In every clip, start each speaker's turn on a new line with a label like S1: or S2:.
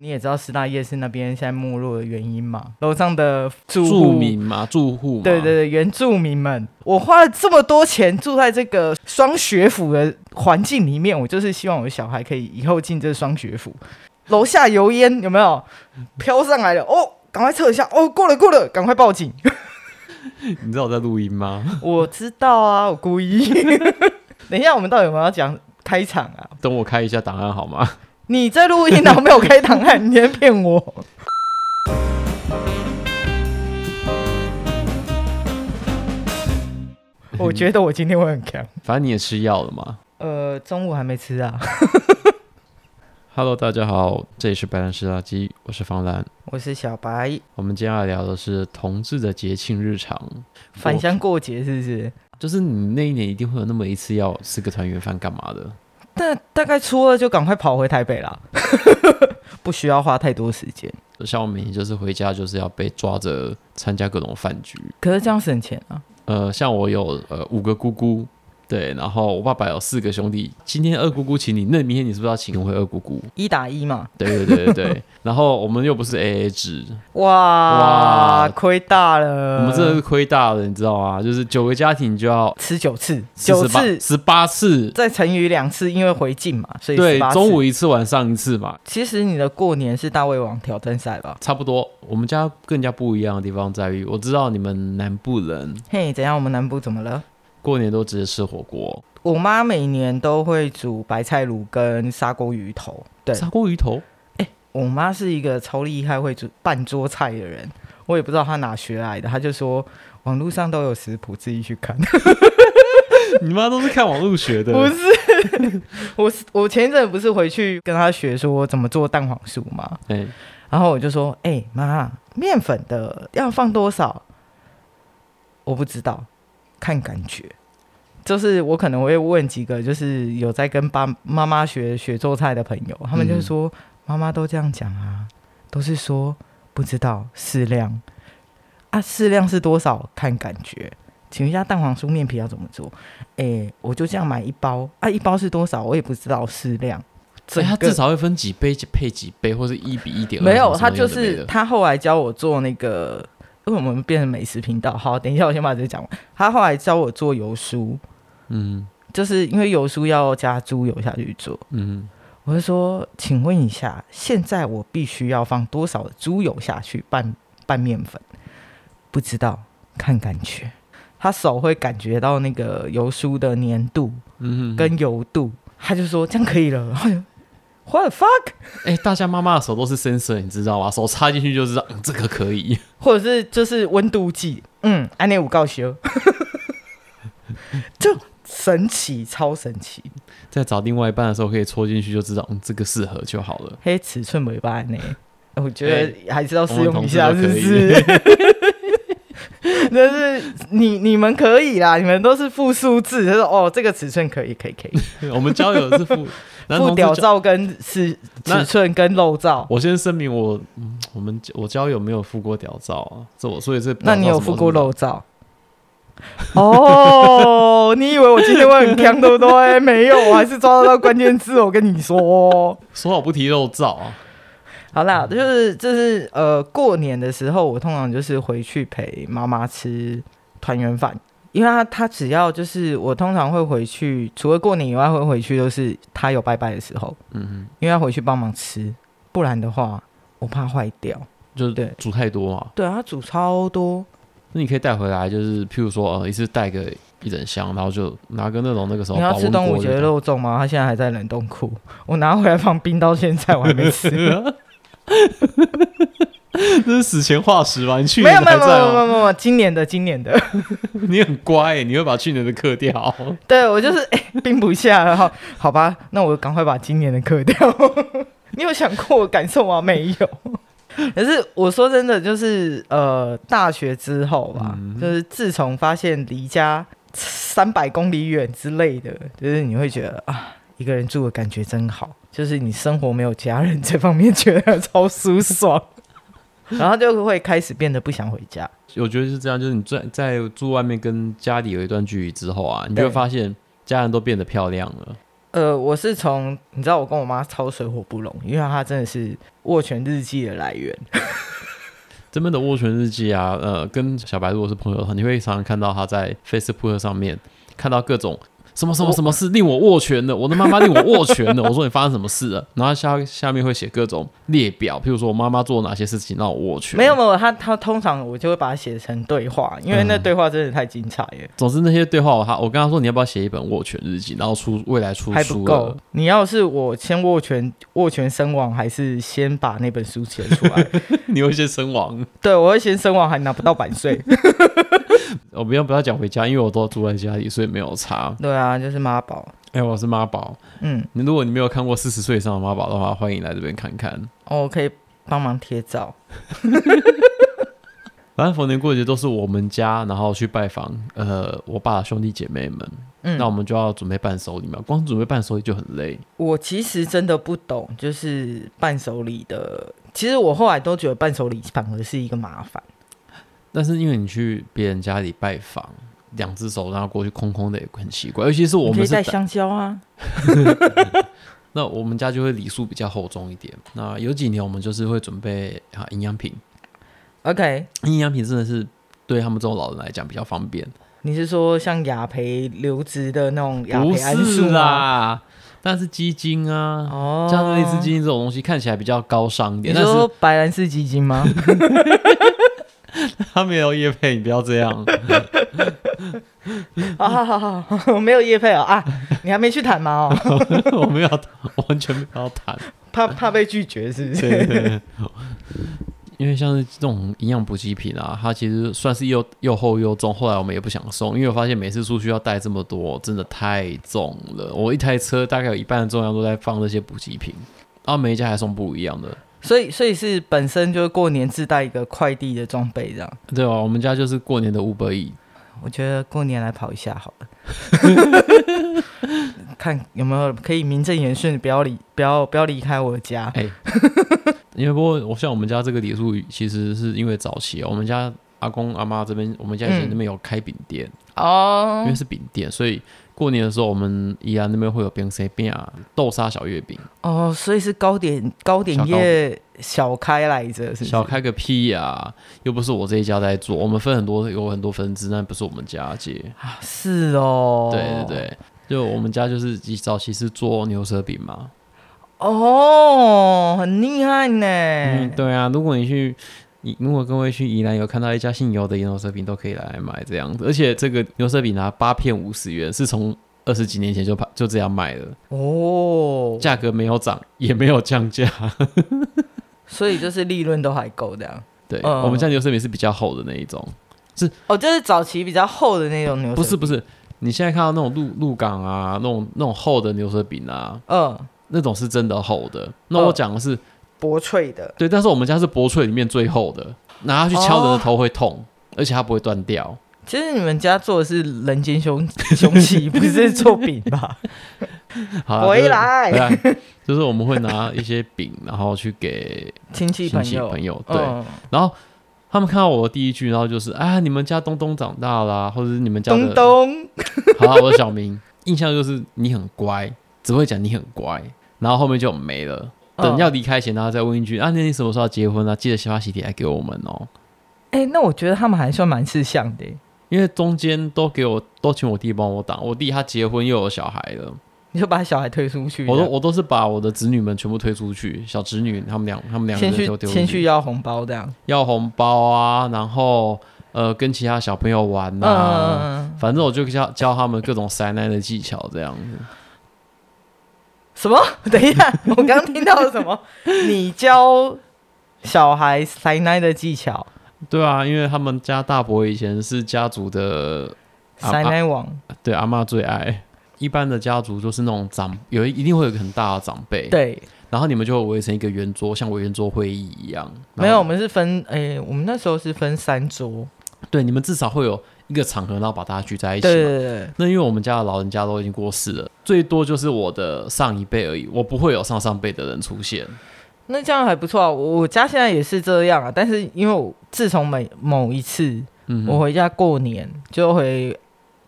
S1: 你也知道师大夜市那边现在没落的原因嘛，楼上的住户
S2: 住民嘛，住户嘛，
S1: 对对对，原住民们，我花了这么多钱住在这个双学府的环境里面，我就是希望我的小孩可以以后进这双学府。楼下油烟有没有飘上来了？哦，赶快测一下。哦，过了过了，赶快报警。
S2: 你知道我在录音吗？
S1: 我知道啊，我故意。 等一下，我们到底有没有要讲开场啊？
S2: 等我开一下档案好吗？
S1: 你在录音，然后没有开档案，你在骗 我。我觉得我今天会很强。
S2: 反正你也吃药了嘛。
S1: 呃，中午还没吃啊。
S2: Hello，大家好，这里是白兰湿垃圾，我是方兰。
S1: 我是小白，
S2: 我们今天要聊的是同志的节庆日常，
S1: 返乡过节是不是？
S2: 就是你那一年一定会有那么一次要吃个团圆饭干嘛的。
S1: 但大概初二就赶快跑回台北啦， 不需要花太多时间。
S2: 像我每年就是回家就是要被抓着参加各种饭局。
S1: 可是这样省钱啊。
S2: 呃，像我有呃五个姑姑，对，然后我爸爸有四个兄弟。今天二姑姑请你，那明天你是不是要请回二姑姑？
S1: 一打一嘛，
S2: 对对对对对。然后我们又不是 A A 制，
S1: 哇
S2: 哇
S1: 亏大了。
S2: 我们真的是亏大了，你知道吗？就是九个家庭就要
S1: 吃九次，九
S2: 十八
S1: 次
S2: 十八次，
S1: 再乘以两次，因为回敬嘛，所以
S2: 对，
S1: 18次
S2: 中午。一次，晚上一次嘛，
S1: 其实你的过年是大胃王挑战赛吧？
S2: 差不多。我们家更加不一样的地方在于，我知道你们南部人
S1: 嘿，怎样？我们南部怎么了？
S2: 过年都直接吃火锅，
S1: 我妈每年都会煮白菜卤跟砂锅鱼头。对，
S2: 砂锅鱼头，
S1: 我妈是一个超厉害会煮半桌菜的人，我也不知道她哪学来的，她就说网络上都有食谱，自己去看。
S2: 你妈都是看网络学 的，
S1: 不是，我是我前一阵不是回去跟她学说怎么做蛋黄酥吗？
S2: 哎、
S1: 然后我就说，哎、妈，面粉的要放多少？我不知道，看感觉。就是我可能会问几个，就是有在跟爸妈妈学学做菜的朋友，他们就说妈妈、都这样讲啊，都是说不知道适量啊，适量是多少看感觉。请问一下蛋黄酥面皮要怎么做？哎、我就这样买一包啊，一包是多少我也不知道适量。
S2: 所以它
S1: 整个
S2: 哎至少会分几杯配几杯，或是一比一点二。
S1: 没有，
S2: 什么
S1: 他
S2: 有的
S1: 就
S2: 没
S1: 是
S2: 的
S1: 他后来教我做那个，因为我们变成美食频道。好，等一下我先把这个讲完。他后来教我做油酥，
S2: 嗯
S1: 就是因为油酥要加猪油下去做。
S2: 嗯，
S1: 我就说，请问一下，现在我必须要放多少的猪油下去拌拌面粉？不知道，看感觉。他手会感觉到那个油酥的粘度
S2: 嗯，
S1: 跟油度，他就说这样可以了。哎呦，what the fuck？
S2: 哎、大家妈妈的手都是 sensor，你知道吗？手插进去就知道，嗯，这个可以。
S1: 或者是就是温度计，嗯，安内五告修， 就神奇，超神奇，
S2: 在找另外一半的时候，可以戳进去就知道，嗯，这个适合就好了。
S1: 黑尺寸尾巴呢，我觉得还是要试用一下，
S2: 哎我
S1: 是
S2: 们
S1: 不
S2: 同
S1: 是
S2: 事？
S1: 但是 你你们可以啦，你们都是负数字，就是哦，这个尺寸可以，可以，可 以，
S2: 我们交友 是负男
S1: 负
S2: 同志
S1: 屌
S2: 交。
S1: 照跟尺
S2: 那
S1: 尺寸跟漏照，
S2: 我先声明我，嗯我们我交友没有付过屌照啊，这我所以这
S1: 那你有
S2: 付
S1: 付过漏照？ 哦，你以为我今天会很强对不对？ 没有，我还是抓得到关键字。我跟你说、
S2: 说好不提肉照啊？
S1: 好啦，就是就是呃，过年的时候，我通常就是回去陪妈妈吃团圆饭，因为她她只要就是我通常会回去，除了过年以外会回去，都是她有拜拜的时候，
S2: 嗯，
S1: 因为要回去帮忙吃，不然的话我怕坏掉。
S2: 就是
S1: 对
S2: 煮太多嘛，
S1: 对，啊她煮超多，
S2: 那你可以带回来，就是譬如说，呃，一次带个一整箱，然后就拿个那种那个时候
S1: 你要
S2: 保
S1: 吃
S2: 温
S1: 端午
S2: 锅
S1: 节的
S2: 的，
S1: 肉粽吗？她现在还在冷冻库，我拿回来放冰到现在我还没吃。
S2: 这是死前化石吗？你去
S1: 没
S2: 年
S1: 有
S2: 的
S1: 没有没
S2: 还
S1: 有没
S2: 在
S1: 有没
S2: 吗？
S1: 有没有，今年的今年的。
S2: 你很乖欸，你会把去年的刻掉。
S1: 对我就是 哎、冰不下了，好好吧，那我赶快把今年的刻掉。 你有想过我感受吗？没有。 可是我说真的，就是呃，大学之后吧，
S2: 嗯
S1: 就是自从发现离家三百公里远之类的，就是你会觉得啊，一个人住的感觉真好，就是你生活没有家人这方面觉得超舒爽， 然后就会开始变得不想回家。
S2: 我觉得是这样，就是你在在住外面跟家里有一段距离之后啊，你就
S1: 对
S2: 会发现家人都变得漂亮了。
S1: 呃，我是从你知道，我跟我妈超水火不容，因为她真的是握拳日记的来源。
S2: 这边的握拳日记啊，呃，跟小白如果是朋友的话，你会常常看到他在 Facebook 上面看到各种什么什么什么事令我握拳的，我的妈妈令我握拳的。我说你发生什么事了？然后下下面会写各种列表，譬如说我妈妈做哪些事情让我握拳。
S1: 没有，没有，她她通常我就会把它写成对话，因为
S2: 嗯
S1: 那对话真的太精彩了，
S2: 总之那些对话我他我跟他说你要不要写一本握拳日记，然后出未来出
S1: 还不
S2: 书
S1: 够
S2: 了。。
S1: 你要是我先握拳握拳身亡，还是先把那本书写出来？
S2: 你会先身亡。
S1: 对，我会先身亡，还拿不到版税。
S2: 我哦不要不要讲回家，因为我都住在家里，所以没有差。
S1: 对啊，就是妈宝。
S2: 哎、我是妈宝。
S1: 嗯，
S2: 你如果你没有看过四十岁以上的妈宝的话，欢迎来这边看看。
S1: 哦我可以帮忙贴照。
S2: 反正逢年过节都是我们家，然后去拜访呃我爸的兄弟姐妹们，
S1: 嗯
S2: 那我们就要准备伴手礼嘛。光准备伴手礼就很累，
S1: 我其实真的不懂，就是伴手礼的。其实我后来都觉得伴手礼反而是一个麻烦。
S2: 但是因为你去别人家里拜访，两只手让他过去空空的也很奇怪，尤其是我
S1: 你可
S2: 们
S1: 以
S2: 是
S1: 带
S2: 单
S1: 香蕉啊，
S2: 那我们家就会礼数比较厚重一点。那有几年我们就是会准备啊营养品，
S1: OK，
S2: 营养品真的是对他们这种老人来讲比较方便。
S1: 你是说像雅培流质的那种雅
S2: 不
S1: 培安素
S2: 是
S1: 吗？
S2: 啦，但是鸡精啊，
S1: 哦，
S2: 像类似基金这种东西看起来比较高尚一
S1: 你
S2: 点，但
S1: 说
S2: 是
S1: 白兰氏基金 吗？
S2: 他没有叶配，你不要这样。
S1: 啊，好好好好，我没有叶配哦啊， 你还没去谈吗？哦，
S2: 我没有，我完全没有要 谈。
S1: 怕怕被拒绝是不 是？
S2: 对对对，因为像是这种营养补给品啊，它其实算是又又厚又重。后来我们也不想送，因为我发现每次出去要带这么多，真的太重了。我一台车大概有一半的重量都在放这些补给品，然后每一家还送不一样的。
S1: 所以所以是本身就是过年自带一个快递的装备这样。
S2: 对哦，我们家就是过年的五百亿，
S1: 我觉得过年来跑一下好 了，看有没有可以名正言顺地不要离不要不要离开我家。
S2: 哎、因为不过我像我们家这个礼数，其实是因为早期、哦，我们家阿公阿妈这边，我们家以前
S1: 嗯
S2: 那边有开饼店，
S1: 哦
S2: 因为是饼店，所以过年的时候，我们宜兰那边会有冰塞饼啊、豆沙小月饼，
S1: 哦，所以是糕点糕点业小开来着，是不是
S2: 小开个屁呀、又不是我这一家在做，我们分很多有很多分支，但不是我们家接。
S1: 啊是哦，
S2: 对对对，就我们家就是早期是做牛舌饼嘛，
S1: 哦，很厉害呢。
S2: 嗯，对啊，如果你去，你如果各位去宜兰有看到一家姓尤的牛舌饼，都可以来买这样子。而且这个牛舌饼拿八片五十元，是从二十几年前就把就这样卖了，
S1: 哦，
S2: 价格没有涨，也没有降价。
S1: 所以就是利润都还够这样。
S2: 对，
S1: 嗯
S2: 我们家牛舌饼是比较厚的那一种，
S1: 哦，就是早期比较厚的那种牛舌饼，
S2: 不是不是，你现在看到那种鹿鹿港啊，那种那种厚的牛舌饼啊，
S1: 嗯，
S2: 那种是真的厚的。那我
S1: 嗯
S2: 讲的是、
S1: 薄脆的。
S2: 对，但是我们家是薄脆里面最厚的，拿它去敲人的头会痛，而且它不会断掉。
S1: 其实你们家做的是人间凶凶 器，不是做饼吧？
S2: 好啦
S1: 回
S2: 就是
S1: 来
S2: 回来，啊就是我们会拿一些饼，然后去给
S1: 亲戚
S2: 亲
S1: 朋
S2: 戚
S1: 友，
S2: 朋友，对，
S1: 嗯，
S2: 然后他们看到我的第一句，然后就是啊，你们家东东长大啦，或者是你们家
S1: 东
S2: 的，
S1: 东，
S2: 好啦，我的小名，印象就是你很乖，只会讲你很乖，然后后面就没了。等
S1: 嗯
S2: 要离开前，然后再问一句啊，那你什么时候要结婚啊？记得洗发喜帖来给我们哦，
S1: 哎、那我觉得他们还算蛮吃相的耶。
S2: 因为中间都给我都请我弟帮我挡，我弟他结婚又有小孩了。
S1: 你就把小孩推出去，
S2: 我都我都是把我的子女们全部推出去，小侄女他们两他们两个
S1: 先
S2: 人
S1: 去
S2: 都丢出
S1: 先去要红包这样。
S2: 要红包啊，然后呃跟其他小朋友玩
S1: 嗯、
S2: 啊，
S1: 嗯嗯
S2: 反正我就教教他们各种塞奶的技巧这样子。
S1: 什么？ 等一下，我刚听到了什 么？你教小孩塞奶的技巧，
S2: 对啊，因为他们家大伯以前是家族的啊
S1: 塞奶王，
S2: 对阿嬷最爱。一般的家族就是那种长有一一定会有一个很大的长辈，
S1: 对，
S2: 然后你们就围成一个圆桌，像围圆桌会议一样。然后
S1: 没有，我们是分，哎、我们那时候是分三桌，
S2: 对，你们至少会有一个场合，然后把大家聚在一
S1: 对
S2: 起嘛。
S1: 对对对，
S2: 那因为我们家的老人家都已经过世了，最多就是我的上一辈而已，我不会有上上辈的人出现。
S1: 那这样还不错啊。我我家现在也是这样啊，但是因为我自从每某一次
S2: 嗯哼，
S1: 我回家过年，就回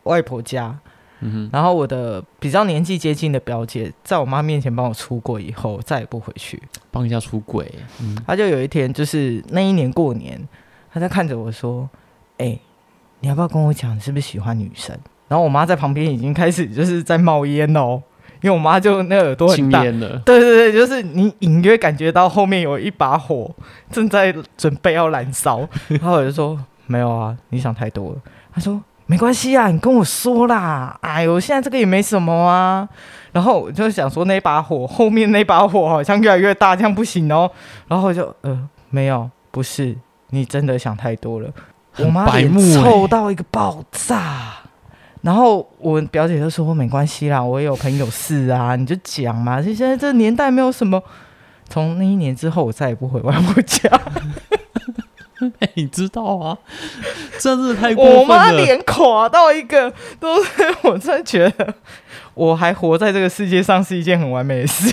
S1: 外婆家，
S2: 嗯
S1: 然后我的比较年纪接近的表姐，在我妈面前帮我出过以后，再也不回去。
S2: 哼，帮一下出轨，嗯，
S1: 她就有一天，就是那一年过年，她在看着我说：“哎、你要不要跟我讲，你是不是喜欢女生？”然后我妈在旁边已经开始就是在冒烟哦，因为我妈就那耳朵很
S2: 禁
S1: 大，
S2: 烟了，
S1: 对对对，就是你隐约感觉到后面有一把火正在准备要燃烧，然后我就说没有啊，你想太多了。他说没关系啊，你跟我说啦，哎呦，现在这个也没什么啊。然后我就想说那把火后面那把火好像越来越大，这样不行哦。然后我就呃没有，不是你真的想太多了。我妈
S2: 白
S1: 脸
S2: 目欸
S1: 臭到一个爆炸。然后我表姐就说没关系啦，我也有朋友是啊，你就讲嘛，就现在这个年代没有什么。从那一年之后，我再也不回外婆家。
S2: 哎、你知道啊， 真是太过
S1: 我
S2: 分
S1: 妈
S2: 了。
S1: 脸垮到一个，都是我真的觉得，我还活在这个世界上是一件很完美的事。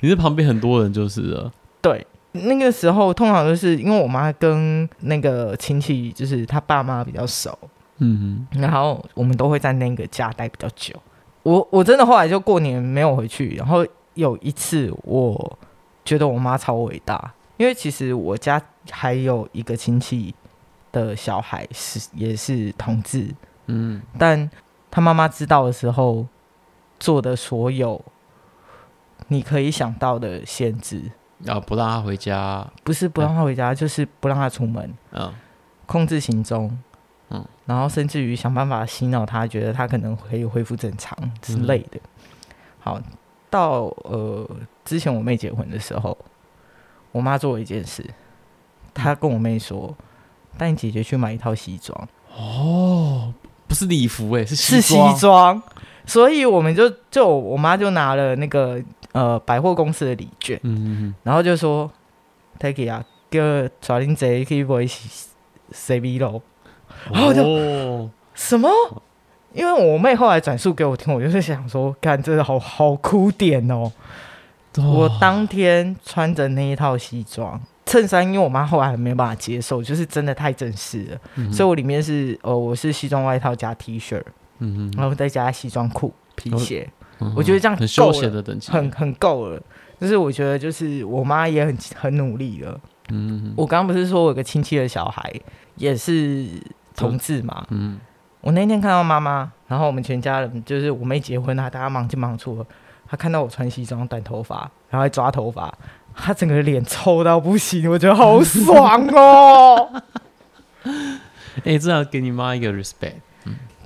S2: 你是旁边很多人就是了，
S1: 对， 那个时候通常就是因为我妈跟那个亲戚，就是她爸妈比较熟，
S2: 嗯
S1: 然后我们都会在那个家待比较久。我我真的后来就过年没有回去，然后有一次我觉得我妈超伟大，因为其实我家还有一个亲戚的小孩是也是同志，
S2: 哼嗯，
S1: 但他妈妈知道的时候做的所有你可以想到的限制，
S2: 啊，不让他回家，
S1: 不是不让他回家，就是不让他出门，
S2: 嗯，
S1: 控制行踪，
S2: 嗯，
S1: 然后甚至于想办法洗脑他，觉得他可能可以恢复正常之类的。好，到呃之前我妹结婚的时候，我妈做了一件事，她跟我妹说，带你姐姐去买一套西装。
S2: 不是礼服、哎，是
S1: 是西
S2: 装，
S1: 装，所以我们就就我妈就拿了那个呃百货公司的礼券，
S2: 嗯嗯
S1: 然后就说 take it 啊，叫抓林贼可以不会洗 C V 喽？然后我就
S2: 哦，
S1: 什么？因为我妹后来转述给我听，我就是想说，看这个好好哭点哦。我
S2: 哇
S1: 当天穿着那一套西装衬衫，因为我妈后来还没办法接受，就是真的太正式了，
S2: 嗯哼
S1: 所以我里面是呃我是西装外套加 T 恤，
S2: 嗯
S1: 然后再加西装裤、皮
S2: 哦
S1: 鞋。
S2: 哼，
S1: 我觉得这样
S2: 很休
S1: 够
S2: 闲
S1: 了
S2: 的等级，
S1: 很很够了。就是我觉得，就是我妈也很很努力了。
S2: 嗯
S1: 我刚刚不是说我有个亲戚的小孩也是同志嘛？
S2: 嗯
S1: 我那天看到妈妈，然后我们全家人就是我妹结婚啊，大家忙进忙出了。她看到我穿西装、短头发，然后还抓头发，她整个脸臭到不行，我觉得好爽哦。
S2: 嗯，哎、这样给你妈一个 respect，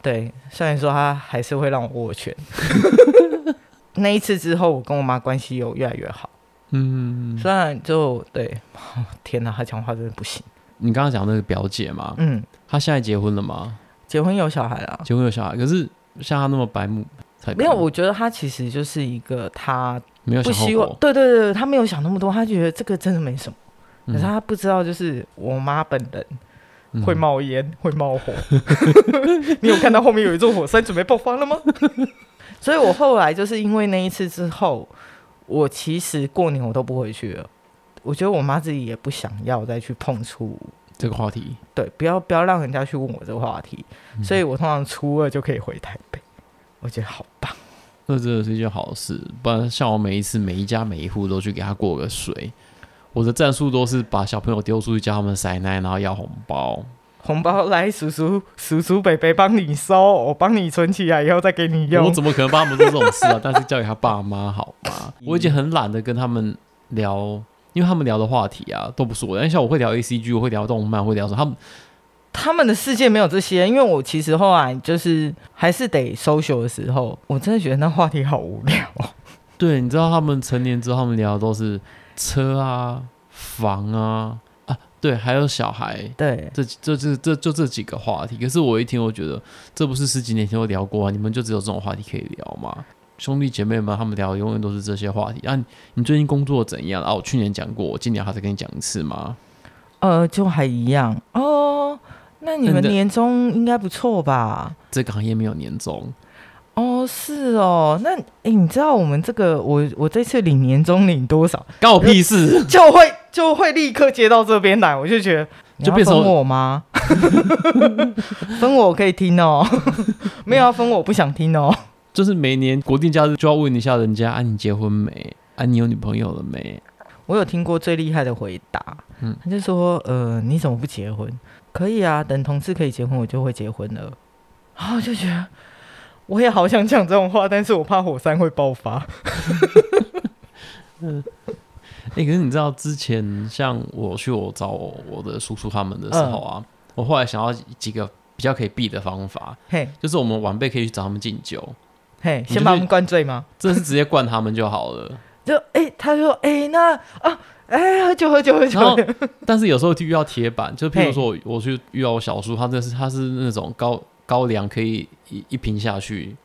S1: 对，虽然说她还是会让我握拳。 那一次之后，我跟我妈关系有越来越好。
S2: 嗯，
S1: 虽然就对， 天哪，她讲话真的不行。
S2: 你刚刚讲那个表姐嘛，
S1: 嗯，
S2: 她现在结婚了吗？
S1: 结婚有小孩啦。
S2: 结婚有小孩，可是像她那么白目，才
S1: 没有，我觉得他其实就是一个他
S2: 没有
S1: 不
S2: 想后
S1: 希望
S2: 果，，
S1: 对对对，他没有想那么多，他觉得这个真的没什么。可是
S2: 嗯
S1: 他不知道，就是我妈本人
S2: 嗯
S1: 会冒烟，会冒火。 你有看到后面有一座火山准备爆发了吗？ 所以我后来就是因为那一次之后，我其实过年我都不回去了。我觉得我妈自己也不想要再去碰触，
S2: 嗯这个话题，
S1: 对，不要不要让人家去问我这个话题，所以我通常初二就可以回台北，我觉得好棒。
S2: 那真的是一件好事。不然像我每一次每一家每一户都去给他过个水，我的战术都是把小朋友丢出去叫他们塞奶，然后要红包。
S1: 红包来，叔叔叔叔伯伯帮你收，我帮你存起来，以后再给你
S2: 我
S1: 用。
S2: 怎么可能帮他们做这种事啊？但是交给他爸妈好吧，我已经很懒得跟他们聊。因为他们聊的话题啊，都不是我的。因为像我会聊 A C G，我会聊动漫，会聊什么？他们
S1: 他们的世界没有这些，因为我其实后来就是还是得 social 的时候，我真的觉得那话题好无聊哦。
S2: 对，你知道他们成年之后，他们聊的都是车啊、房啊啊，对，还有小孩，
S1: 对，
S2: 这这这这就这几个话题。可是我一听，我觉得这不是十几年前我聊过啊，你们就只有这种话题可以聊吗？兄弟姐妹们，他们聊的永远都是这些话题。啊，你你最近工作怎样啊？我去年讲过，我今年还在跟你讲一次吗？
S1: 呃，就还一样哦。那你们
S2: 真的
S1: 年终应该不错吧？
S2: 这个行业没有年终，
S1: 哦，是哦。那诶你知道我们这个，我我这次领年终领多少，
S2: 关我屁事！
S1: 就会就会立刻接到这边来，我就觉得你
S2: 就
S1: 要
S2: 变 成
S1: 分我吗？分我可以听哦， 没有要啊分我不想听哦。
S2: 就是每年国定假日就要问一下人家啊，你结婚没？啊，你有女朋友了没？
S1: 我有听过最厉害的回答，
S2: 嗯
S1: 他就说：“呃，你怎么不结婚？可以啊，等同志可以结婚，我就会结婚了。”然后我就觉得，我也好想讲这种话，但是我怕火山会爆发。
S2: 哎、可是你知道之前像我去我找我的叔叔他们的时候啊，我后来想到几个比较可以避的方法，
S1: 嘿，
S2: 就是我们晚辈可以去找他们敬酒，
S1: 嘿，
S2: 就
S1: 先把
S2: 是
S1: 我们灌醉吗？
S2: 真的是直接灌他们就好了。
S1: 就哎、他说：“哎、那啊，哎、喝酒喝酒喝酒。
S2: 然后，但是有时候就遇到铁板，就譬如
S1: 嘿
S2: 说我我去遇到我小叔，他真的是他是那种高高粱可以一一瓶下去，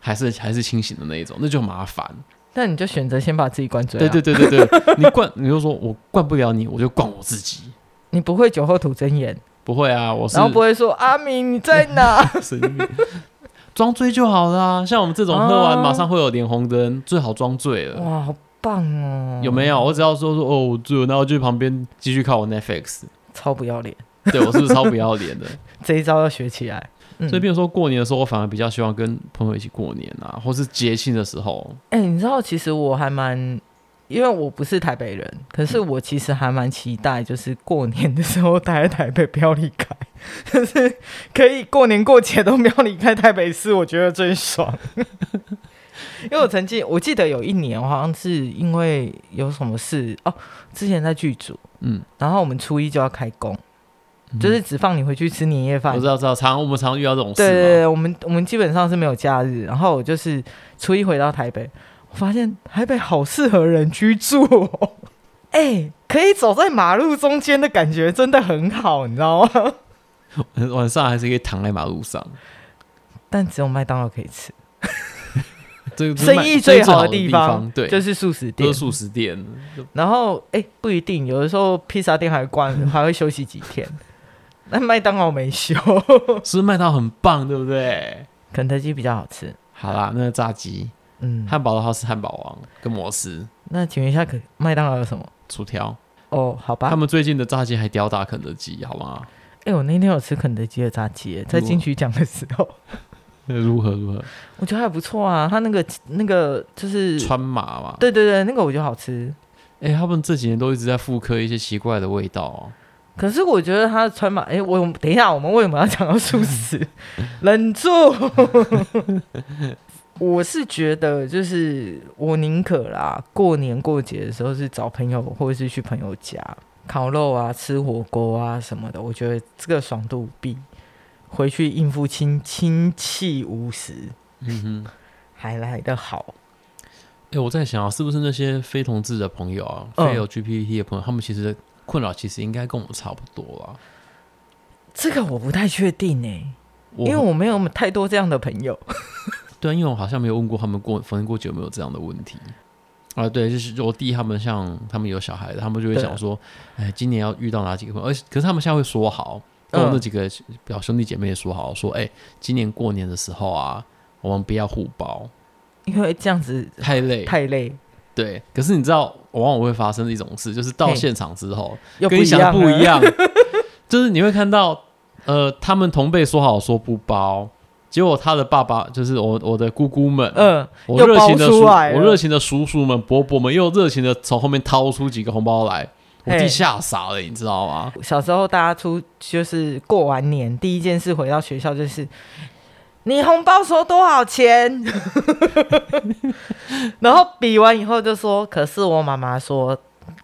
S2: 还是还是清醒的那一种，那就麻烦。”
S1: 那你就选择先把自己灌醉、啊。
S2: 对对，对对对， 你灌你就说我灌不了你，我就灌我自己。
S1: 你不会酒后吐真言，
S2: 不会啊，我是
S1: 然后不会说阿明你在哪？
S2: 神经病装醉就好啦。像我们这种喝完
S1: 哦
S2: 马上会有脸红灯，最好装醉 了。
S1: 哇，好棒哦！
S2: 有没有？我只要说说哦，我醉了，那我就去旁边继续看我 Netflix。
S1: 超不要脸？
S2: 对我是不是超不要脸的？
S1: 这一招要学起来。嗯
S2: 所以，比如说过年的时候，我反而比较希望跟朋友一起过年啊，或是节庆的时候，
S1: 哎、你知道，其实我还蛮，因为我不是台北人，可是我其实还蛮期待，就是过年的时候待在台北，不要离开， 就是可以过年过节都不要离开台北市，我觉得最爽。 因为我曾经，我记得有一年，我好像是因为有什么事哦，之前在剧组，
S2: 嗯，
S1: 然后我们初一就要开工，就是只放你回去吃年夜饭
S2: 我知，道，知道，常我们常遇到这种
S1: 对对
S2: 事嘛。
S1: 对，我们我们基本上是没有假日，然后我就是初一回到台北，我发现台北好适合人居住哦， 哎、可以走在马路中间的感觉真的很好，你知道吗？
S2: 晚上还是可以躺在马路上，
S1: 但只有麦当劳可以吃，
S2: 这个
S1: 生意最好
S2: 好
S1: 的
S2: 地
S1: 地
S2: 方，对，
S1: 就是素食
S2: 都
S1: 店
S2: 是。素食店，
S1: 然后哎、不一定，有的时候披萨店还会关，还会休息几天。 那麦当劳没休，
S2: 是不是麦当劳很棒，对不对？
S1: 肯德基比较好吃。
S2: 好啦，那个炸鸡、
S1: 嗯，
S2: 汉堡的话是汉堡王跟摩斯、
S1: 那请问一下，可麦当劳有什么？
S2: 薯条，
S1: 哦，好吧
S2: 他，们最近的炸鸡还吊打肯德基，好吗？
S1: 哎、我那天有吃肯德基的炸鸡耶，在金曲奖的时候，
S2: 那如何如何？
S1: 我觉得还不错啊。它那个那个就是，
S2: 川麻嘛，
S1: 对对对，那个我觉得好吃。
S2: 哎、他们这几年都一直在复刻一些奇怪的味道、哦。
S1: 可是我觉得它的川马，哎、我等一下，我们为什么要讲到素食？忍住，我是觉得就是我宁可啦，过年过节的时候是找朋友或者是去朋友家烤肉啊、吃火锅啊什么的，我觉得这个爽度比回去应付亲亲戚无实
S2: 嗯哼，
S1: 还来得好。
S2: 哎、我在想啊，是不是那些非同志的朋友啊，
S1: 嗯
S2: 非有 GPT 的朋友，他们其实困扰其实应该跟我们差不多啊啦。
S1: 这个我不太确定哎、
S2: 我
S1: 因为我没有太多这样的朋友。
S2: 对啊，因为我好像没有问过他们过逢年过节有没有这样的问题啊。对，就是我弟他们像他们有小孩的，他们就会
S1: 对
S2: 想说，哎，今年要遇到哪几个朋友？而且可是他们现在会说好，跟我那
S1: 嗯
S2: 几个表兄弟姐妹也说好，说哎，今年过年的时候啊，我们不要互包，
S1: 因为这样子
S2: 太累。
S1: 太累，
S2: 对，可是你知道，往往会发生一种事，就是到
S1: 嘿
S2: 现场之后，
S1: 又
S2: 跟你想的
S1: 样啊
S2: 不一
S1: 了。
S2: 样， 就是你会看到，呃，他们同辈说好说不包，结果他的爸爸就是我我的姑姑们，
S1: 嗯，
S2: 我
S1: 又
S2: 热
S1: 包
S2: 情的
S1: 出
S2: 叔，
S1: 来了
S2: 我热情的叔叔们、伯伯们又热情的从后面掏出几个红包来，我弟
S1: 嘿
S2: 吓傻了，你知道吗？
S1: 小时候大家出就是过完年，第一件事回到学校就是。你红包说多少钱？ 然后比完以后就说，可是我妈妈说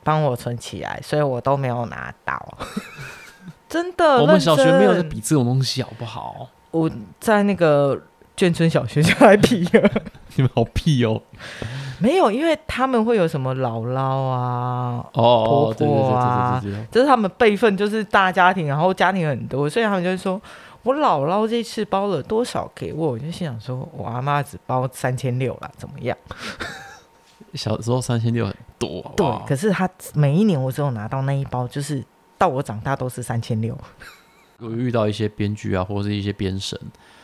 S1: 帮我存起来，所以我都没有拿到。 真的，
S2: 我们小学没有
S1: 认
S2: 在
S1: 真
S2: 比这种东西，好不好？
S1: 我在那个眷村小学就来比了。
S2: 你们好屁哦！
S1: 没有，因为他们会有什么姥姥啊，
S2: 哦，
S1: 婆
S2: 对对对
S1: 婆啊
S2: 哦对对对对对，
S1: 就是他们辈分就是大家庭，然后家庭很多，所以他们就会说，我姥姥这次包了多少给我？我就心想说，我阿妈只包三千六啦，怎么样？
S2: 小时候三千六很多，好不
S1: 对
S2: 好，
S1: 可是他每一年我只有拿到那一包，就是到我长大都是三千六，
S2: 我遇到一些编剧啊，或者是一些编审，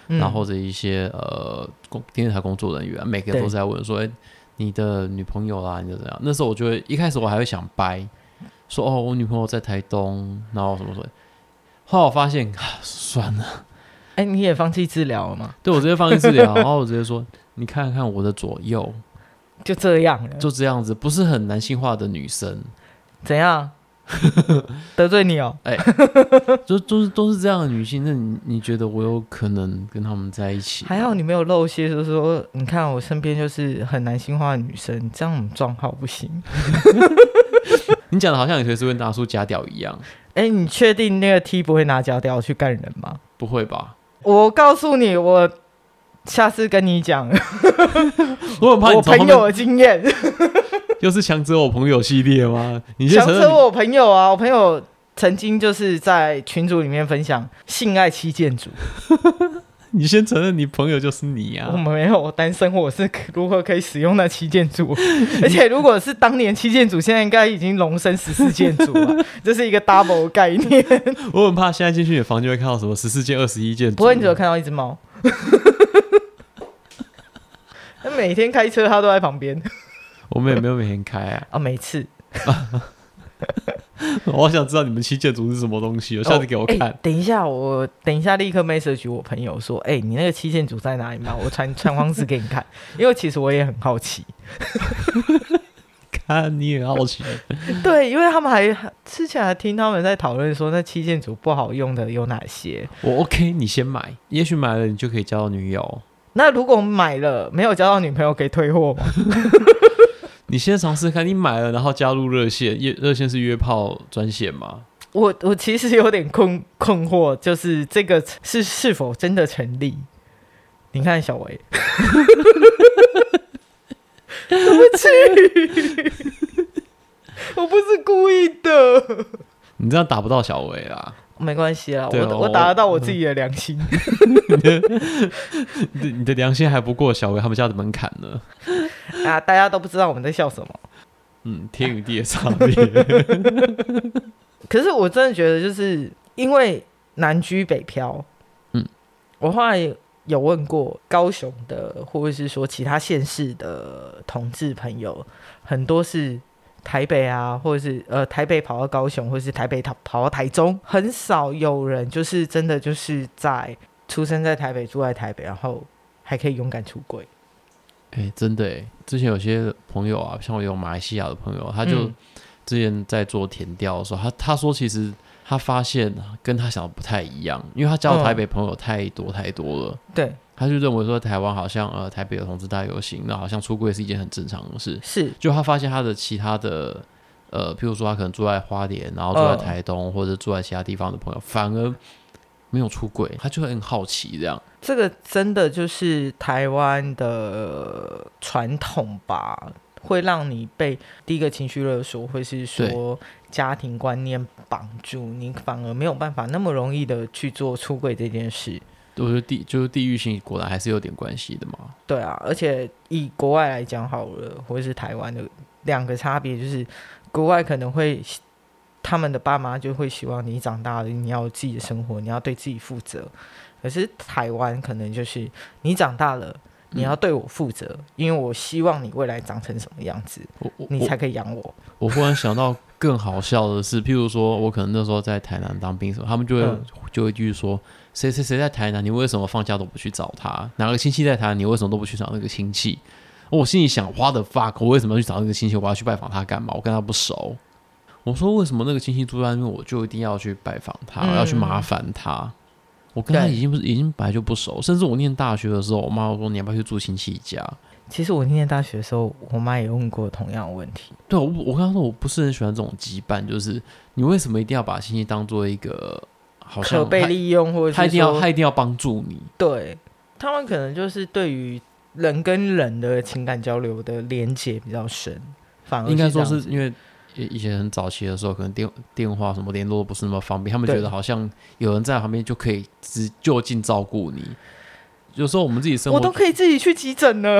S1: 嗯
S2: 然后或者一些呃工电视台工作人员，每个
S1: 对
S2: 都在问说：“哎、你的女朋友啦，你的怎样？”那时候我就会一开始我还会想掰，说：“哦，我女朋友在台东，然后什么什么。”后来我发现，啊算了，
S1: 哎、你也放弃治疗了吗？
S2: 对我直接放弃治疗，然后哦我直接说，你看看我的左右，
S1: 就这样了，
S2: 就这样子，不是很男性化的女生，
S1: 怎 样？得罪你哦？
S2: 就就是都是这样的女性，那你你觉得我有可能跟他们在一起？
S1: 还好你没有露馅，就是说，你看我身边就是很男性化的女生，这样我们状况不行。
S2: 你讲的好像你随时会拿出假屌一样，
S1: 哎、你确定那个 T 不会拿假屌去干人吗？
S2: 不会吧？
S1: 我告诉你，我下次跟你讲
S2: 我很怕你
S1: 我
S2: 从后
S1: 朋
S2: 面
S1: 友的经验，
S2: 又是强者我朋友系列吗？ 你先
S1: 想
S2: 承
S1: 扯
S2: 认你
S1: 我朋友啊，我朋友曾经就是在群组里面分享性爱七建筑，
S2: 你先承认你朋友就是你
S1: 我
S2: 啊！
S1: 没有单身，我是如何可以使用那七建筑？ 而且如果是当年七建筑，现在应该已经荣升十四建筑了， 这是一个 double 概 念。
S2: 我很怕现在进去你的房间会看到什么十四件、二十一件。
S1: 不会，你只有看到一只 猫。那每天开车，它都在旁边
S2: 我们也没有每天开啊。
S1: 啊！每次
S2: 我好想知道你们七件组是什么东西哦，下次给我
S1: 哎
S2: 看。
S1: 等一下，我等一下立刻 message 我朋友说：“哎、你那个七件组在哪里吗？我传传方式给你看。”因为其实我也很好奇，
S2: 看你也好奇，
S1: 对，因为他们还之前还听他们在讨论说那七件组不好用的有哪些。
S2: 我 OK，你先买，也许买了你就可以交到女友。
S1: 那如果买了没有交到女朋友，可以退货吗？
S2: 你先尝试看，你买了然后加入热线，热热线是约炮专线吗？
S1: 我我其实有点困困惑，就是这个是是否真的成立？你看小维，对不起，我不是故意的，
S2: 你这样打不到小维啊！
S1: 没关系啦，
S2: 对
S1: 我
S2: 哦
S1: 我打得到我自己的良心。
S2: 你的你的良心还不过小维他们家的门槛呢。
S1: 啊，大家都不知道我们在笑什么。
S2: 嗯，天与地的差别。
S1: 可是我真的觉得，就是因为南居北漂，
S2: 嗯，
S1: 我后来有问过高雄的，或者是说其他县市的同志朋友，很多是台北啊，或者是呃台北跑到高雄，或者是台北跑跑到台中，很少有人就是真的就是在出生在台北，住在台北，然后还可以勇敢出轨。
S2: 哎、真的哎，之前有些朋友啊，像我有马来西亚的朋友，他就
S1: 嗯
S2: 之前在做填调的时候，他他说其实他发现跟他想的不太一样，因为他交
S1: 嗯
S2: 台北朋友太多太多了，
S1: 对，
S2: 他就认为说台湾好像呃台北的同志大游行，那好像出柜是一件很正常的事，
S1: 是，
S2: 就他发现他的其他的呃，譬如说他可能住在花莲，然后住在
S1: 嗯
S2: 台东、或者住在其他地方的朋友，反而没有出柜，他就会很好奇这样。
S1: 这个真的就是台湾的传统吧，会让你被第一个情绪勒索，或是说家庭观念绑住，你反而没有办法那么容易的去做出柜这件事。
S2: 我觉得地就是地域性果然还是有点关系的嘛。
S1: 对啊，而且以国外来讲好了，或是台湾的两个差别就是，国外可能会他们的爸妈就会希望你长大了，你要有自己的生活，你要对自己负责。可是台湾可能就是你长大了，你
S2: 嗯
S1: 要对我负责，因为我希望你未来长成什么样子，
S2: 我我
S1: 你
S2: 我
S1: 才可以养我。
S2: 我忽然想到更好笑的是，譬如说我可能那时候在台南当兵什么，他们就会、
S1: 嗯
S2: 就会继续说谁谁谁在台南，你为什么放假都不去找他？哪个亲戚在台南，你为什么都不去找那个亲戚？我心里想，花的 fuck，我为什么要去找那个亲戚？我要去拜访他干嘛？我跟他不熟。我说为什么那个亲戚住在那边，我就一定要去拜访他，
S1: 嗯
S2: 我要去麻烦他？我跟他
S1: 对
S2: 已经不是已经本来就不熟，甚至我念大学的时候，我妈说你要不要去住亲戚家？
S1: 其实我念大学的时候，我妈也问过同样的问题。
S2: 对啊我不，我刚刚说我不是很喜欢这种羁绊，就是你为什么一定要把亲戚当做一个好像
S1: 可被
S2: 他
S1: 利用，或者是
S2: 他一定要
S1: 说
S2: 他一定要帮助你？
S1: 对他们可能就是对于人跟人的情感交流的连接比较深，反而
S2: 应该
S1: 这
S2: 说
S1: 样
S2: 是
S1: 子
S2: 因为以以前很早期的时候，可能电电话什么联络都不是那么方便，他们
S1: 对
S2: 觉得好像有人在旁边就可以只就近照顾你。有时候我们自己生活
S1: 我都可以自己去急诊了。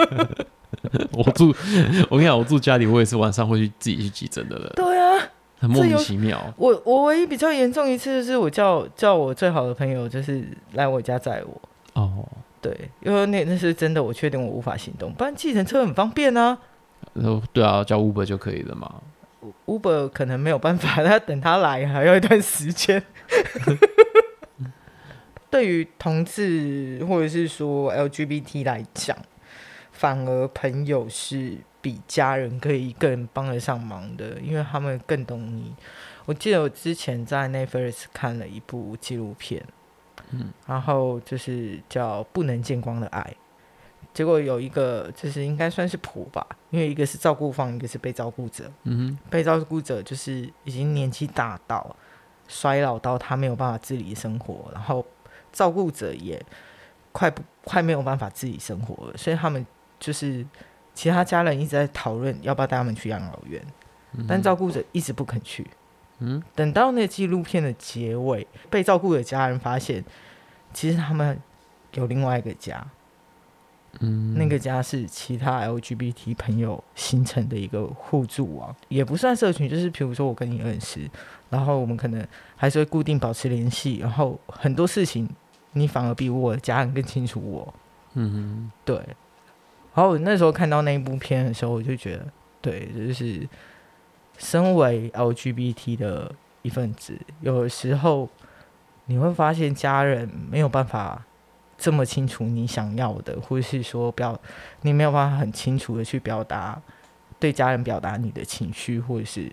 S2: 我住， 我跟你讲，我住家里，我也是晚上会去自己去急诊的人，
S1: 对啊，
S2: 很莫名
S1: 有
S2: 其妙。
S1: 我我唯一比较严重一次就是我叫叫我最好的朋友就是来我家载我，
S2: 哦，
S1: 对，因为那那是真的，我确定我无法行动，不然计程车很方便啊。
S2: 然后对啊，叫 Uber 就可以了嘛。
S1: Uber 可能没有办法， 他等他来还要一段时间。对于同志或者是说 LGBT 来讲，反而朋友是比家人可以更帮得上忙的，因为他们更懂你。我记得我之前在 Netflix 看了一部纪录片，
S2: 嗯，
S1: 然后就是叫《不能见光的爱》，结果有一个就是应该算是谱吧，因为一个是照顾方，一个是被照顾者，
S2: 嗯
S1: 被照顾者就是已经年纪大到衰老到他没有办法自理生活，然后照顾者也快不快没有办法自理生活了，所以他们就是其他家人一直在讨论要不要带他们去养老院，
S2: 嗯哼，
S1: 但照顾者一直不肯去。
S2: 嗯
S1: 等到那纪录片的结尾，被照顾的家人发现，其实他们有另外一个家，
S2: 嗯
S1: 那个家是其他 LGBT 朋友形成的一个互助网，也不算社群，就是比如说我跟你认识，然后我们可能还是会固定保持联系，然后很多事情你反而比我的家人更清楚我。
S2: 嗯
S1: 对，然后我那时候看到那一部片的时候，我就觉得，对，就是身为 LGBT 的一份子，有时候你会发现家人没有办法这么清楚你想要的，或者是说表你没有办法很清楚的去表达对家人表达你的情绪，或者是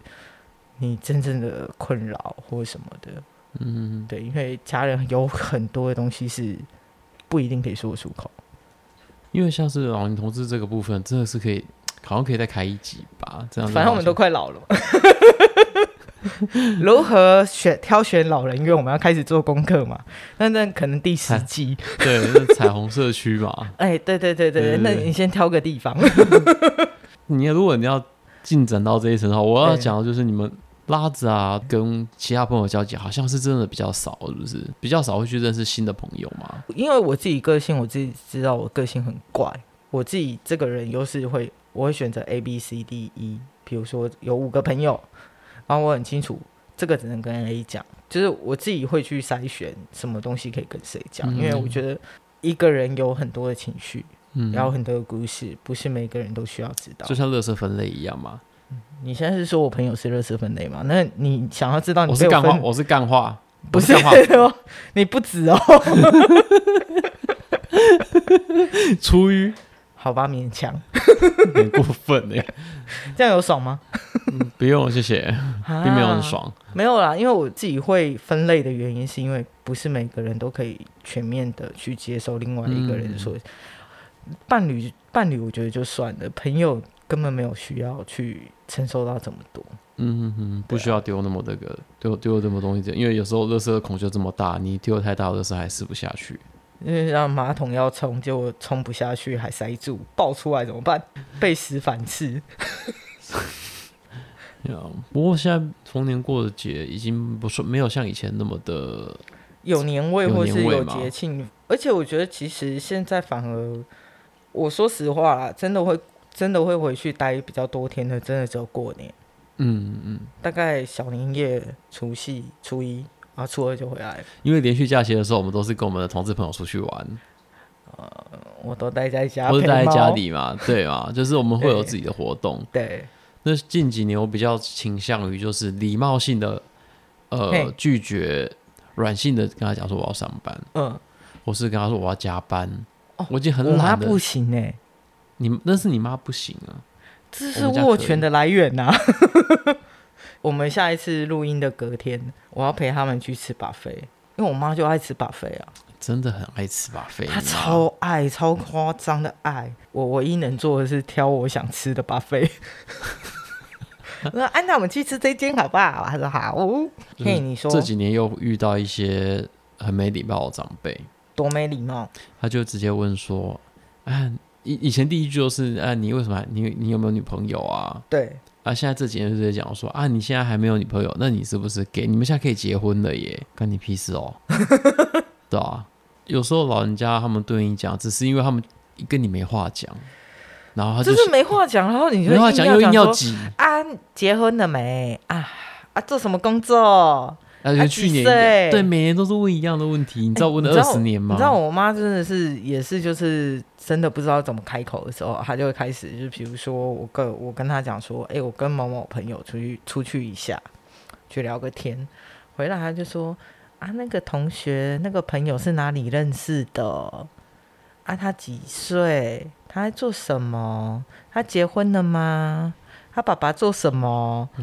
S1: 你真正的困扰或什么的。
S2: 哼嗯
S1: 对，因为家人有很多的东西是不一定可以说得出口。
S2: 哼，因为像是老年同志这个部分，真的是可以，好像可以再开一集吧，这样子
S1: 反正我们都快老了嘛。 如何选挑选老人院？我们要开始做功课嘛？那那可能第十集。
S2: 对，那彩虹社区嘛，
S1: 哎、对对对对对，
S2: 对对
S1: 那
S2: 对
S1: 你先挑个地方。
S2: 你如果你要进展到这一层的话，我要
S1: 对
S2: 讲的就是你们拉子啊，跟其他朋友交集，好像是真的比较少，是不是？比较少会去认识新的朋友嘛？
S1: 因为我自己个性，我自己知道我个性很怪，我自己这个人又是会，我会选择 A B C D E，比如说有五个朋友，然后我很清楚这个只能跟 A 讲，就是我自己会去筛选什么东西可以跟谁讲，因为我
S2: 嗯
S1: 觉得一个人有很多的情绪，
S2: 嗯，
S1: 然后很多的故事，不是每个人都需要知道
S2: 就。像垃圾分类一样嘛。
S1: 你现在是说我朋友是垃圾分类吗？那你想要知啊道你
S2: 我
S1: 被
S2: 是干
S1: 分
S2: 话，我是干话，
S1: 不
S2: 我
S1: 是
S2: 干话，
S1: 哦， 你不止哦，
S2: 出于
S1: 好吧，勉强，
S2: 很过分哎、
S1: 这样有爽吗？ 啊
S2: 不用谢谢，嗯并没有很爽。
S1: 没有啦，因为我自己会分类的原因，是因为不是每个人都可以全面的去接受另外一个人
S2: 嗯
S1: 说、伴侣伴侣，我觉得就算了，朋友根本没有需要去承受到这么多。
S2: 嗯嗯嗯，不需要
S1: 啊
S2: 丢那么这个丢丢这么东西，因为有时候垃圾的孔就这么大，你丢太大，垃圾还吃不下去。
S1: 因为让马桶要冲，结果冲不下去，还塞住，爆出来怎么办？被屎反刺。
S2: 对啊不过现在逢年过节已经不是没有像以前那么的
S1: 有年味
S2: 有
S1: 或是
S2: 年味
S1: 有
S2: 吗
S1: 节庆，而且我觉得其实现在反而，我说实话啦，真的会真的会回去待比较多天的，真的只有过年，
S2: 嗯嗯，
S1: 大概小年夜、除夕、初一啊，初二就回来了，
S2: 因为连续假期的时候，我们都是跟我们的同志朋友出去玩，
S1: 我都待在家，
S2: 或者待在
S1: 陪猫
S2: 家。里嘛，对嘛，就是我们会有自己的活动。
S1: 对，
S2: 那近几年我比较倾向于就是礼貌性的，呃
S1: 嘿，
S2: 拒绝软性的跟他讲说我要上班，
S1: 嗯，
S2: 或是跟他说我要加班。
S1: 哦
S2: 我已经
S1: 我
S2: 很
S1: 妈
S2: 懒
S1: 不
S2: 了，
S1: 行哎、
S2: 你那是你妈不行啊，
S1: 这
S2: 我
S1: 是
S2: 们家
S1: 握
S2: 可以
S1: 拳的来源呐、 我们下一次录音的隔天，我要陪他们去吃把菲，因为我妈就爱吃把菲啊，
S2: 真的很爱吃吧？费
S1: 她超爱，超夸张的爱。我唯一能做的是挑我想吃的把菲。 我说：“安、娜，我们去吃这间好不好？”她说：“好。”嘿，你说
S2: 这几年又遇到一些很没礼貌的长辈，
S1: 多没礼貌，
S2: 他就直接问说：“啊，以以前第一句就是啊，你为什么还你你有没有女朋友啊？
S1: 对，
S2: 啊，现在这几年就直接讲说啊，你现在还没有女朋友，那你是不是给你们现在可以结婚了耶？关你屁事 哦，对啊。有时候老人家他们对你讲，只是因为他们跟你没话讲，然后他啊就
S1: 就是没话讲，然后你就
S2: 没话讲，又
S1: 硬要
S2: 硬要
S1: 说
S2: 挤，
S1: 啊，结婚了没啊？啊，做什么工作？
S2: 而且
S1: 啊
S2: 去
S1: 几
S2: 年
S1: 岁
S2: 对每年都是问一样的问题，你知道问了二十年吗？
S1: 你知道我妈真的是也是就是真的不知道怎么开口的时候，她就会开始就比如说我跟我跟她讲说，哎、我跟某某朋友出去出去一下，去聊个天，回来她就说啊，那个同学那个朋友是哪里认识的？啊，他几岁？他在做什么？他结婚了吗？他爸爸做什么？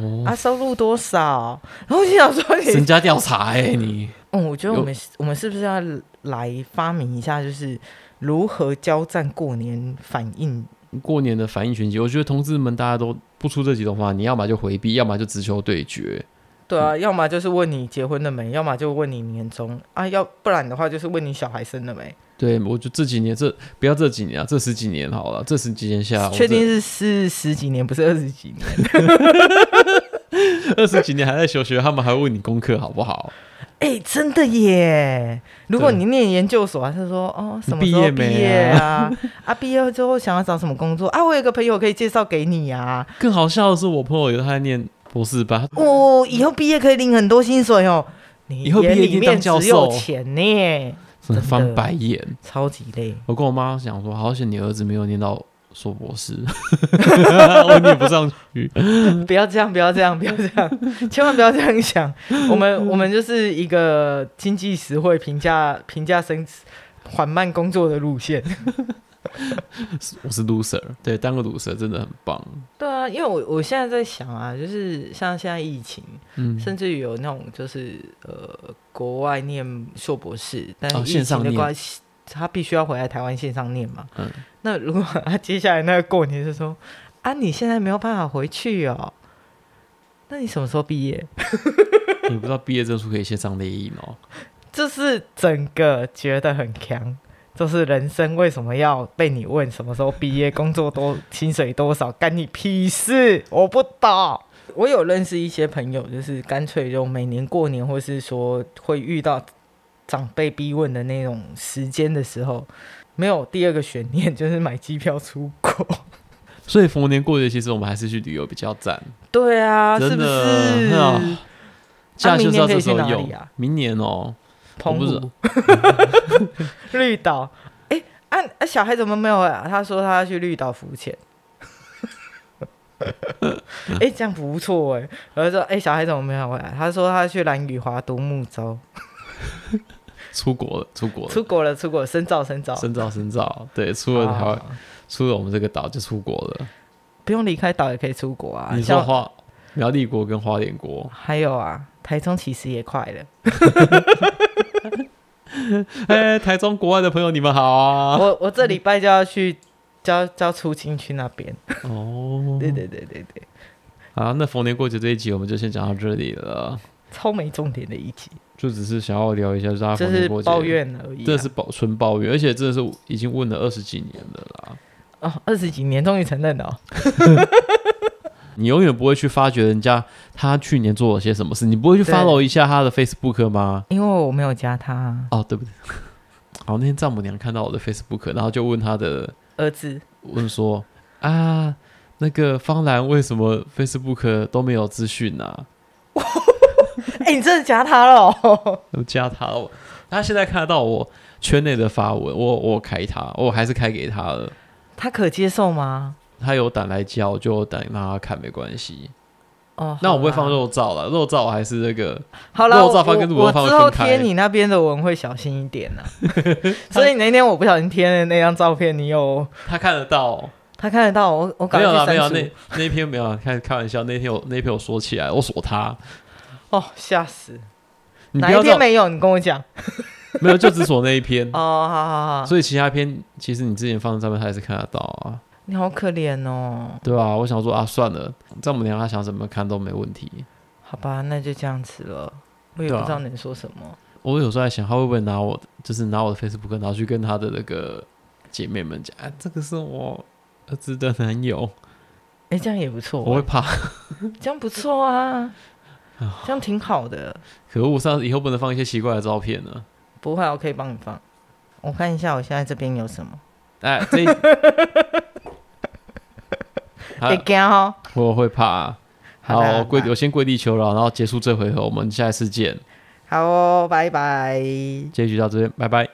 S2: 哦
S1: 啊，收入多少？ 然后我就想说你
S2: 身家调查哎、你
S1: 嗯，我觉得
S2: 有
S1: 我们我们是不是要来发明一下，就是如何交战过年反应？
S2: 过年的反应拳击，我觉得同志们大家都不出这几种方案，你要么就回避，要么就直球对决。
S1: 对啊，要么就是问你结婚了没，要么就问你年终啊，要不然的话就是问你小孩生了没。
S2: 对，我就这几年这不要这几年啊，这十几年好了，啊这十几年下来，
S1: 确定是是十几年，不是二十几年？
S2: 我这二十几年还在求学，他们还问你功课好不好？
S1: 哎、真的耶！如果
S2: 对
S1: 你念研究所啊，他说哦，什么
S2: 毕
S1: 时候
S2: 业
S1: 毕
S2: 没
S1: 业啊？啊，毕业之后想要找什么工作啊？我有个朋友可以介绍给你啊。
S2: 更好笑的是，我朋友有他在念博士班，
S1: 哦，以后毕业可以领很多薪水哦。你
S2: 以后毕业
S1: 眼
S2: 一定
S1: 里面
S2: 当教
S1: 只有
S2: 授
S1: 钱呢。
S2: 真
S1: 真的
S2: 的翻白眼。
S1: 超级累。
S2: 我跟我妈讲说，好险你儿子没有念到硕 博士， 我念不上去。
S1: 不要这样，不要这样，不要这样， 千万不要这样想。我 们我们就是一个经济实惠、平价平价生缓慢工作的路线。
S2: 我是 loser，对，当个 loser 真的很棒。
S1: 对啊，因为我我现在在想啊，就是像现在疫情，
S2: 嗯，
S1: 甚至于有那种就是呃国外念硕博士，但
S2: 哦
S1: 是疫
S2: 线上
S1: 情的
S2: 念
S1: 关系，他必须要回来台湾线上念嘛。
S2: 嗯
S1: 那如果他接下来那个过年就说啊，你现在没有办法回去哦，那你什么时候毕业？
S2: 你不知道毕业证书可以线上列印哦。
S1: 就是整个觉得很强，就是人生为什么要被你问什么时候毕业、工作多、薪水多少，干你屁事？我不懂。我有认识一些朋友，就是干脆就每年过年，或是说会遇到长辈逼问的那种时间的时候，没有第二个悬念，就是买机票出国。
S2: 所以逢年过节，其实我们还是去旅游比较赞。
S1: 对啊，是
S2: 真
S1: 不
S2: 的
S1: 是？
S2: 啊假
S1: 那
S2: 就
S1: 明
S2: 是
S1: 年
S2: 要
S1: 可
S2: 这
S1: 以
S2: 时
S1: 去
S2: 候
S1: 哪
S2: 用
S1: 里。啊？
S2: 明年哦，
S1: 澎
S2: 我
S1: 湖、 绿岛。哎、啊啊！小孩怎么没有啊？他说他要去绿岛浮潜。 哎、这样不错哎、我就说，哎、小孩怎么没有回来？他说他去蓝雨华独木舟，
S2: 出国了，出国了，
S1: 出国了，出国了，啊深造，深造，
S2: 深造深造，对，出
S1: 好
S2: 了
S1: 好
S2: 台
S1: 好
S2: 湾，出了我们这个岛就出国了。
S1: 不用离开岛也可以出国啊。
S2: 你说
S1: 像
S2: 花苗栗国跟花莲国，
S1: 还有啊，台中其实也快了。
S2: 哎，台中国外的朋友你们好啊。
S1: 我我这礼拜就要去，就要就要出京去那边。
S2: 哦，
S1: 对对对对对，
S2: 好，那逢年过节这一集我们就先讲到这里了，
S1: 超没重点的一集，
S2: 就只是想要聊一下，就是大家
S1: 就
S2: 逢
S1: 是
S2: 年过节
S1: 抱，怨而已、啊。
S2: 真的是抱纯抱怨，而且真的是已经问了二十几年了啦。
S1: 哦，二十几年终于承认了、哦。
S2: 你永远不会去发掘人家他去年做了些什么事，你不会去
S1: 对
S2: follow 一下他的 Facebook 吗？
S1: 因为我没有加他啊
S2: 哦，对不对？ 好，那天丈母娘看到我的 Facebook，然后就问他的，
S1: 儿子，
S2: 问说啊，那个方兰为什么 Facebook 都没有资讯啊？
S1: 哎、你真的加他了、哦？
S2: 我加他了，我他现在看得到我圈内的发文，我我有开他，我还是开给 他了。
S1: 他可接受吗？
S2: 他有胆来加，我就有胆让他看，没关系。
S1: 哦，
S2: 那我不会
S1: 好啦
S2: 放。肉照了，肉照我还是那个
S1: 好了，
S2: 肉燥饭跟卤肉
S1: 我
S2: 饭
S1: 我
S2: 会
S1: 之后
S2: 分开
S1: 贴你那边的文会小心一点 呢、所以那天我不小心贴的那张照片，你有
S2: 他看得到、
S1: 他看得到我，我赶
S2: 没有啦，
S1: 快去
S2: 没有
S1: 删
S2: 那
S1: 除。
S2: 那篇没有啊开开玩笑，那天我那篇我说起来，我锁他，
S1: 哦，吓死！
S2: 你不
S1: 哪一
S2: 要
S1: 天
S2: 照
S1: 没有？你跟我讲。
S2: 没有就只锁那一篇，
S1: 哦，好好好，
S2: 所以其他篇其实你之前放的照片他也是看得到啊，
S1: 你好可怜哦。
S2: 对吧、我想说啊，算了，丈母娘她想怎么看都没问题。
S1: 好吧，那就这样子了。我也
S2: 对
S1: 不
S2: 啊
S1: 知道能说什么。
S2: 我有时候在想，她会不会拿我就是拿我的 Facebook，然后去跟她的那个姐妹们讲，啊，这个是我儿子的男友，
S1: 哎、这样也不错
S2: 我
S1: 啊、
S2: 会怕。
S1: 这样不错啊，这样挺好的。
S2: 可恶，上以后不能放一些奇怪的照片了。
S1: 不会，我可以帮你放。我看一下，我现在这边有什么？
S2: 哎， 这一
S1: 别
S2: 啊
S1: 惊哦，
S2: 我会怕、啊
S1: 好啦
S2: 好，跪
S1: 好啦
S2: 我先跪地求饶，然后结束这回合，我们下一次见。
S1: 好哦，拜拜。
S2: 这一局到这边，拜拜。